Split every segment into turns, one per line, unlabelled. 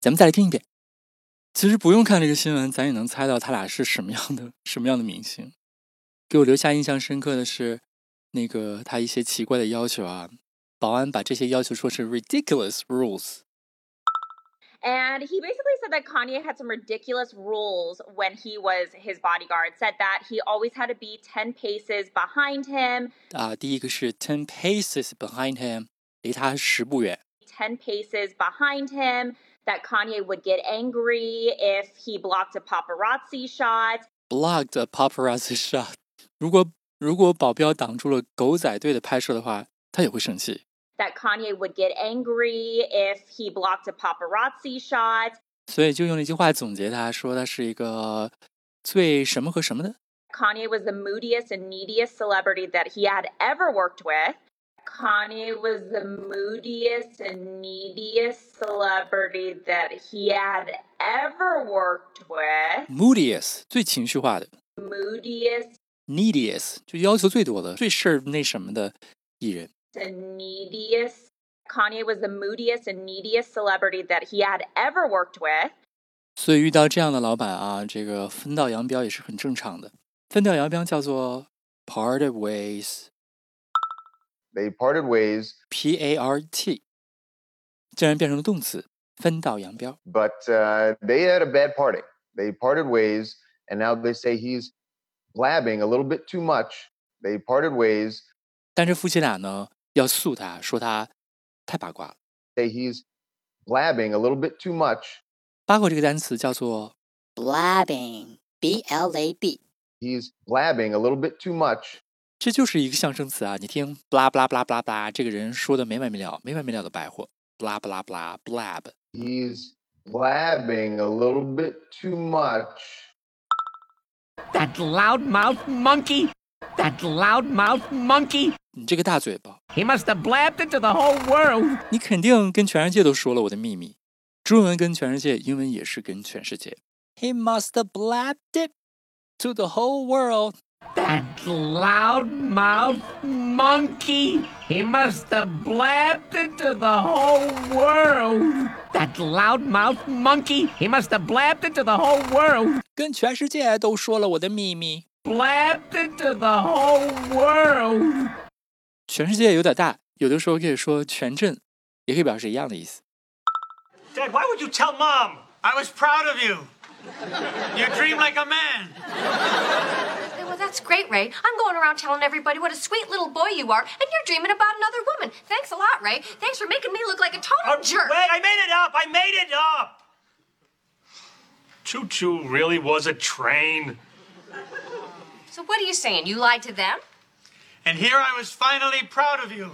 咱们再来听一遍。其实不用看这个新闻，咱也能猜到他俩是什么样的什么样的明星。给我留下印象深刻的是，那个他一些奇怪的要求啊，保安把这些要求说是 ridiculous rules。
And he basically said that Kanye had some ridiculous rules when he was his bodyguard, said that he always had to be 10 paces behind him,
啊，第一个是 ten paces behind him，离他十步远。
10 paces behind him, that Kanye would get angry if he blocked a paparazzi shot.
Blocked a paparazzi shot。如果如果保镖挡住了狗仔队的拍摄的话，他也会生气。
That Kanye would get angry if he blocked a paparazzi shot.
所以就用了一句话总结他，说他是一个最什么和什么的。
Kanye was the moodiest and neediest celebrity that he had ever worked with. Kanye was the moodiest and neediest celebrity that he had ever worked with.
Moodiest 最情绪化的
Moodiest
，neediest 就要求最多的、最事儿那什么的艺人。
and neediest. Kanye was the moodiest and neediest celebrity that he had ever worked with.
所以遇到这样的老板啊，这个分道扬镳也是很正常的。分道扬镳叫做 parted ways。
They parted ways,
P A R T，竟然变成了动词，分道扬镳。
but uh, they had a bad parting. They parted ways, and now they say he's blabbing a little bit too much. They parted ways,
但这夫妻俩呢，要诉他说他太八卦了。
say he's blabbing a little bit too much.
八卦这个单词叫做
blabbing, B L A B.
He's blabbing a little bit too much.
这就是一个象声词啊！你听，布拉布拉布拉布拉布拉，这个人说的没完没了，没完没了的白话，布拉布拉布拉 blab。
He's blabbing a little bit too much.
That loudmouth monkey! That loudmouth monkey!
你这个大嘴巴，
He must have blabbed it to the whole world!
你肯定跟全世界都说了我的秘密。中文跟全世界，英文也是跟全世界。He must have blabbed it to the whole world。
That loudmouth monkey! He must have blabbed it to the whole world! That loudmouth monkey! He must have blabbed it to the whole world!
跟全世界都说了我的秘密。
Blabbed it to the whole world!
全世界有点大，有的时候可以说全镇，也可以表示一样的意思。
Dad, why would you tell Mom? I was proud of you. You dream like a man.
Yeah, Well, that's great, Ray. I'm going around telling everybody what a sweet little boy you are, and you're dreaming about another woman. Thanks a lot, Ray. Thanks for making me look like a total jerk.
Wait, I made it up. I made it up. Choo Choo really was a train.
So what are you saying? You lied to them?
And here I was finally proud of you.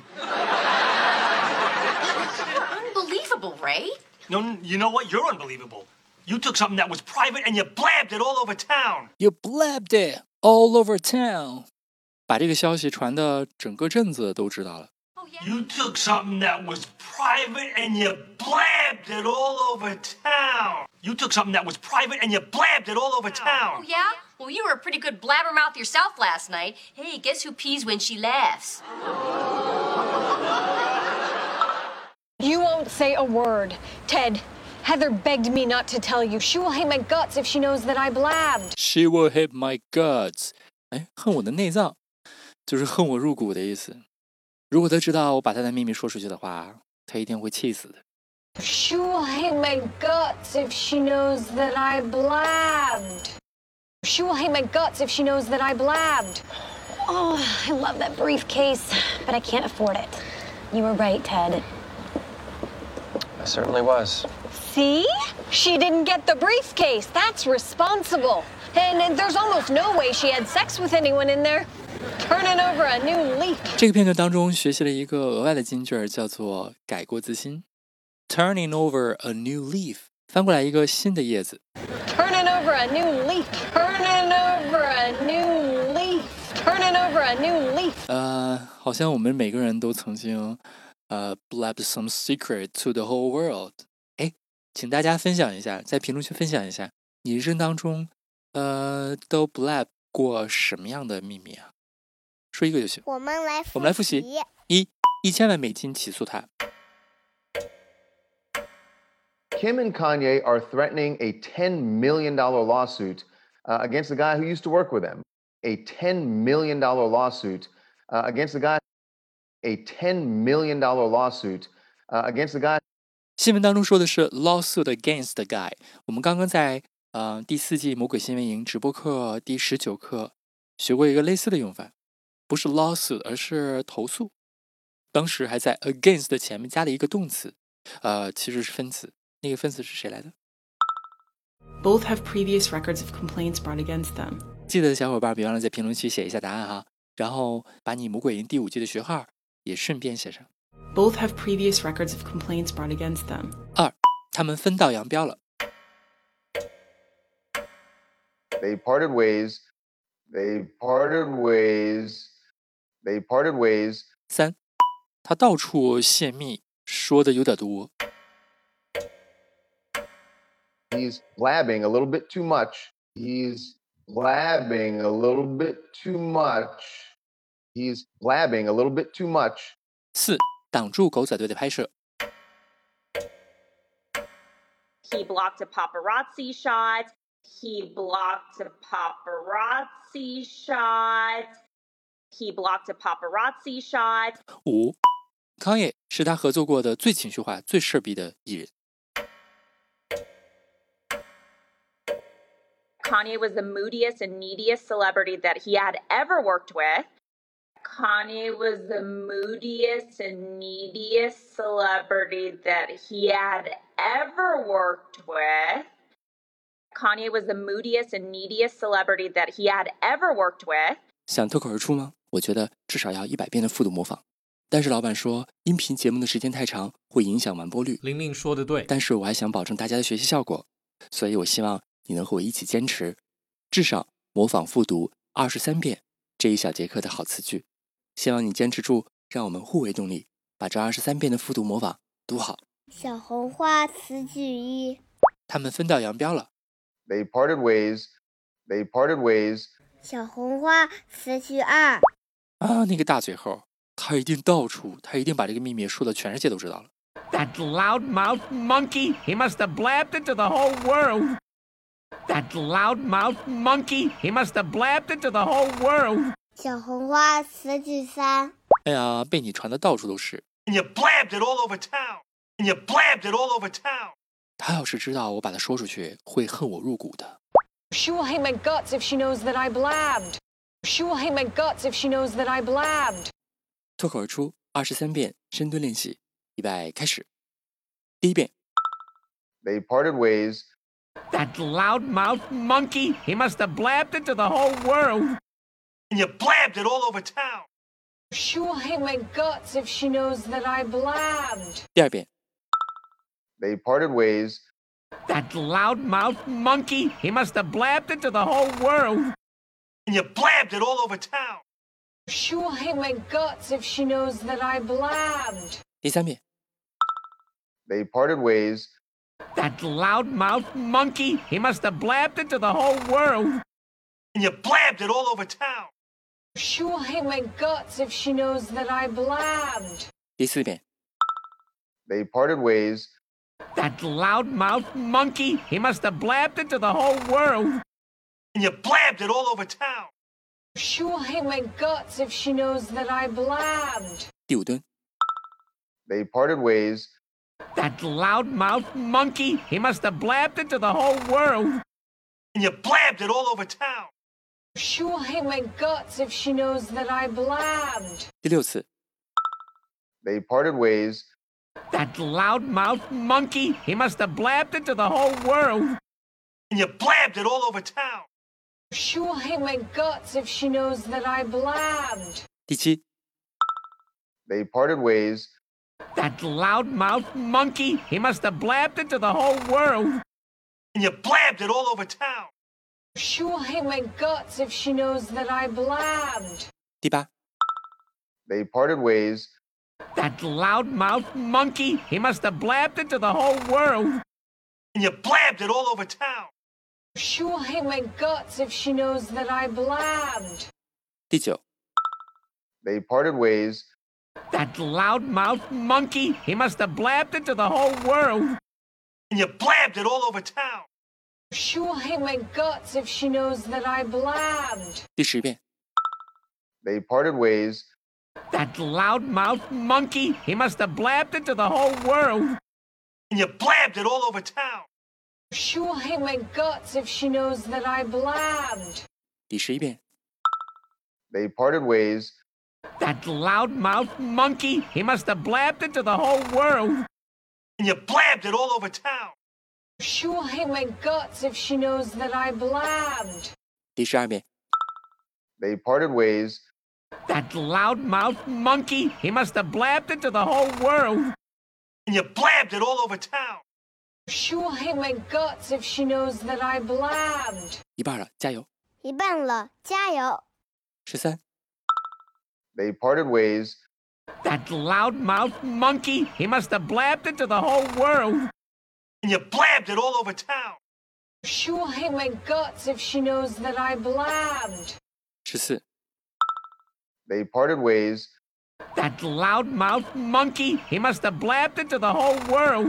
Unbelievable, Ray.
No, n- you know what? You're unbelievable. You took something that was private and you blabbed it all over town.
You blabbed it all over town，把这个消息传的整个镇子都知道了。
Oh yeah.
You took something that was private and you blabbed it all over town. You took something that was private and you blabbed it all over
Oh
town.
yeah. Well, you were a pretty good blabbermouth yourself last night. Hey, guess who pees when she laughs?
You won't say a word. Ted, Heather begged me not to tell you. She will hate my guts if she knows that I blabbed.
She will hate my guts，哎，恨我的内脏，就是恨我入骨的意思。如果他知道我把他的秘密说出去的话，他一定会气死的。
She will hate my guts if she knows that I blabbed. She will hate my guts if she knows that I blabbed. Oh, I love that briefcase, but I can't afford it. You were right, Ted.
I certainly was.
See? She didn't get the briefcase. That's responsible. And, and there's almost no way she had sex with anyone in there. Turning over a new leaf.
这个片段当中学习了一个额外的金句儿，叫做“改过自新 ”，turning over a new leaf，翻过来一个新的叶子，
Turning over a new leaf. Turning over a new leaf. Turning over a new leaf.
呃，好像我们每个人都曾经，呃，blabbed some secret to the whole world。哎，请大家分享一下，在评论区分享一下，你人生当中，呃，都 blab 过什么样的秘密啊？说一个就行。
我们来
我们来复习一，一千万美金起诉他。
Kim and Kanye are threatening a $10 million lawsuit uh, against the guy who used to work with them. A $10 million lawsuit uh, against the guy. A $10 million lawsuit uh, against the guy.
新闻当中说的是 lawsuit against the guy。我们刚刚在呃第四季《魔鬼新闻营》直播课第十九课学过一个类似的用法，不是 lawsuit，而是投诉。当时还在 against 的前面加了一个动词，呃，其实是分词。那个分词是谁来的？
Both have previous records of complaints brought against them.
记得的小伙伴别忘了在评论区写一下答案哈，然后把你《魔鬼营》第五季的学号也顺便写上。
Both have previous records of complaints brought against them.
二，他们分道扬镳了。
They parted ways. They parted ways. They parted ways.
三，他到处泄密，说的有点多。
He's blabbing a little bit too much. He's blabbing a little bit too much. He's blabbing a little bit too much.
四，挡住狗仔队的拍摄。
He blocked a paparazzi shot. He blocked a paparazzi shot. He blocked a paparazzi shot.
五，康也是他合作过的最情绪化、最事儿逼的艺人。
Kanye was the moodiest and neediest celebrity that he had ever worked with. Kanye was the moodiest and neediest celebrity that he had ever worked with. Kanye was the moodiest and neediest celebrity that he had ever worked with.
想脱口而出吗？我觉得至少要一百遍的复读模仿。但是老板说，音频节目的时间太长，会影响完播率。
玲玲说的对，
但是我还想保证大家的学习效果，所以我希望你能和我一起坚持，至少模仿复读二十三遍这一小节课的好词句。希望你坚持住，让我们互为动力，把这二十三遍的复读模仿读好。
小红花词句一，
他们分道扬镳了。
They parted ways. They parted ways.
小红花词句二，
啊，那个大嘴猴，他一定到处，他一定把这个秘密说的全世界都知道了。
That loudmouth monkey, he must have blabbed it to the whole world. That loudmouth monkey, he must have blabbed it to the whole world.
小红花词句三，
哎呀，被你传的到处都是。
And you blabbed it all over town. And you blabbed it all over town.
他要是知道我把它说出去，会恨我入骨的。
She will hate my guts if she knows that I blabbed. She will hate my guts if she knows that I blabbed.
脱口而出二十三遍深蹲练习，预备开始。第一遍，
They parted ways.
That loudmouth monkey, he must have blabbed it to the whole world.
And you blabbed it all over town.
She will hate my guts if she knows that I blabbed.
第二遍，
They parted ways.
That loudmouth monkey, he must have blabbed it to the whole world.
And you blabbed it all over town.
She will hate my guts if she knows that I blabbed.
第三遍，
They parted ways.
That loudmouth monkey, he must have blabbed it to the whole world.
And you blabbed it all over town.
She will hate my guts if she knows that I blabbed.
第四遍，
They parted ways.
That loudmouth monkey, he must have blabbed it to the whole world.
And you blabbed it all over town.
She will hate my guts if she knows that I blabbed.
第五蹲，
They parted ways.
That loudmouth monkey, he must have blabbed it to the whole world.
And you blabbed it all over town.
She will hate my guts if she knows that I blabbed.
第六次，
They parted ways.
That loudmouth monkey, he must have blabbed it to the whole world.
And you blabbed it all over town.
She will hate my guts if she knows that I blabbed.
第七，
They parted ways.
That loudmouth monkey, he must have blabbed it to the whole world.
And you blabbed it all over town.
She will hate my guts if she knows that I blabbed.
They parted ways.
That loudmouth monkey, he must have blabbed it to the whole world.
And you blabbed it all over town.
She will hate my guts if she knows that I blabbed.
第九、
They parted ways.
That loudmouth monkey, he must have blabbed it to the whole world.
And you blabbed it all over town.
She will hate my guts if she knows that I blabbed.
第十遍、
They parted ways.
That loudmouth monkey, he must have blabbed it to the whole world.
And you blabbed it all over town.
She will hate my guts if she knows that I blabbed.
第十一遍、
They parted ways.
That loudmouth monkey, he must have blabbed it to the whole world.
And you blabbed it all over town.
She will hate my guts if she knows that I blabbed.
第十二遍、
They parted ways.
That loudmouth monkey, he must have blabbed it to the whole world.
And you blabbed it all over town.
She will hate my guts if she knows that I blabbed.
一半了，加油！
一半了，加油！
十三、
They parted ways.
That loudmouth monkey, he must have blabbed it to the whole world.
And you blabbed it all over town.
She will hate my guts if she knows that I blabbed.
十四、
They parted ways.
That loudmouth monkey, he must have blabbed it to the whole world.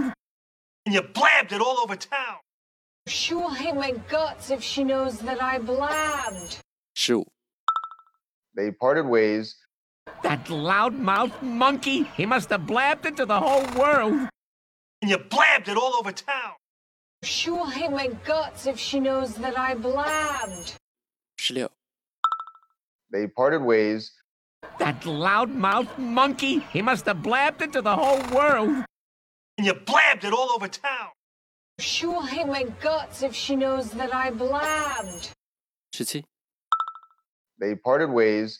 And you blabbed it all over town.
She will hate my guts if she knows that I blabbed.
十五、
They parted ways.
That loudmouth monkey, he must have blabbed it to the whole world.
And you blabbed it all over town.
She will hate my guts if she knows that I blabbed.
十六、
They parted ways.
That loudmouth monkey, he must have blabbed it to the whole world.
And you blabbed it all over town.
She will hate my guts if she knows that I blabbed.
十七、
They parted ways.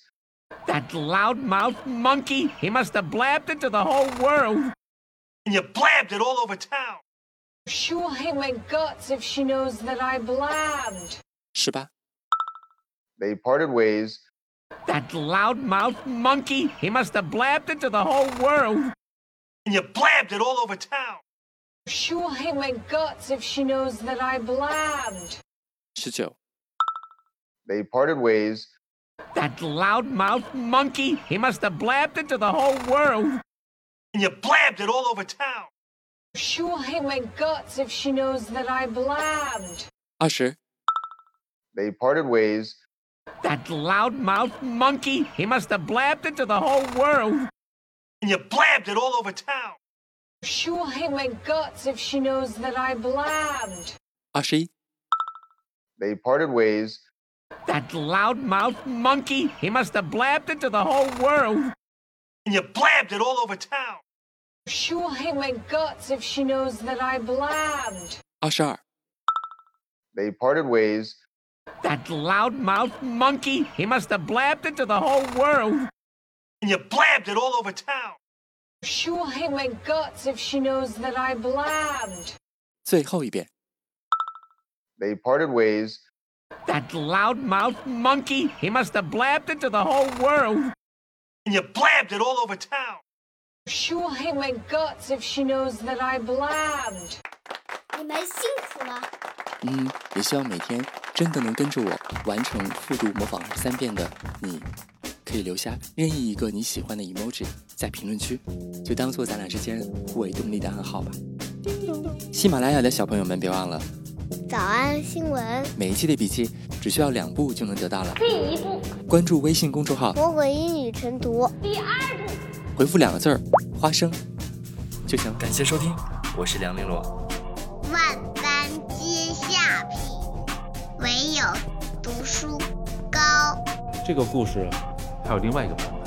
That loudmouth monkey, he must have blabbed it to the whole world.
And you blabbed it all over town.
She will hate my guts if she knows that I blabbed.
十八、
They parted ways.
That loudmouth monkey, he must have blabbed it to the whole world.
And you blabbed it all over town.
She will hate my guts if she knows that I blabbed.
十九、
They parted ways.
That loudmouth monkey, he must have blabbed it to the whole world.
And you blabbed it all over town.
She will hate my guts if she knows that I blabbed.
二十、
They parted ways.
That loudmouth monkey, he must have blabbed it to the whole world.
And you blabbed it all over town.
She will hate my guts if she knows that I blabbed.
二十一、
They parted ways.
That loudmouth monkey, he must have blabbed it to the whole world.
And you blabbed it all over town.
She will hate my guts if she knows that I blabbed.
二十二、
They parted ways.
That loudmouth monkey, he must have blabbed it to the whole world.
And you blabbed it all over town.
She will hate my guts if she knows that I blabbed.
最后一遍。
They parted ways.
That loudmouth monkey, he must have blabbed it to the whole world.
And you blabbed it all over town.
She will hate my guts if she knows that I blabbed.
你们辛苦了，
嗯，也希望每天真的能跟着我完成复读模仿三遍的你，可以留下任意一个你喜欢的 emoji 在评论区，就当做咱俩之间互为动力的暗号吧。喜马拉雅的小朋友们，别忘了
早安新闻
每一期的笔记只需要两步就能得到了。
第一步，
关注微信公众号，
魔鬼英语晨读第二步。
回复两个字儿“花生”就行。感谢收听，我是梁玲珑。
万般皆下品，唯有读书高。
这个故事还有另外一个版本，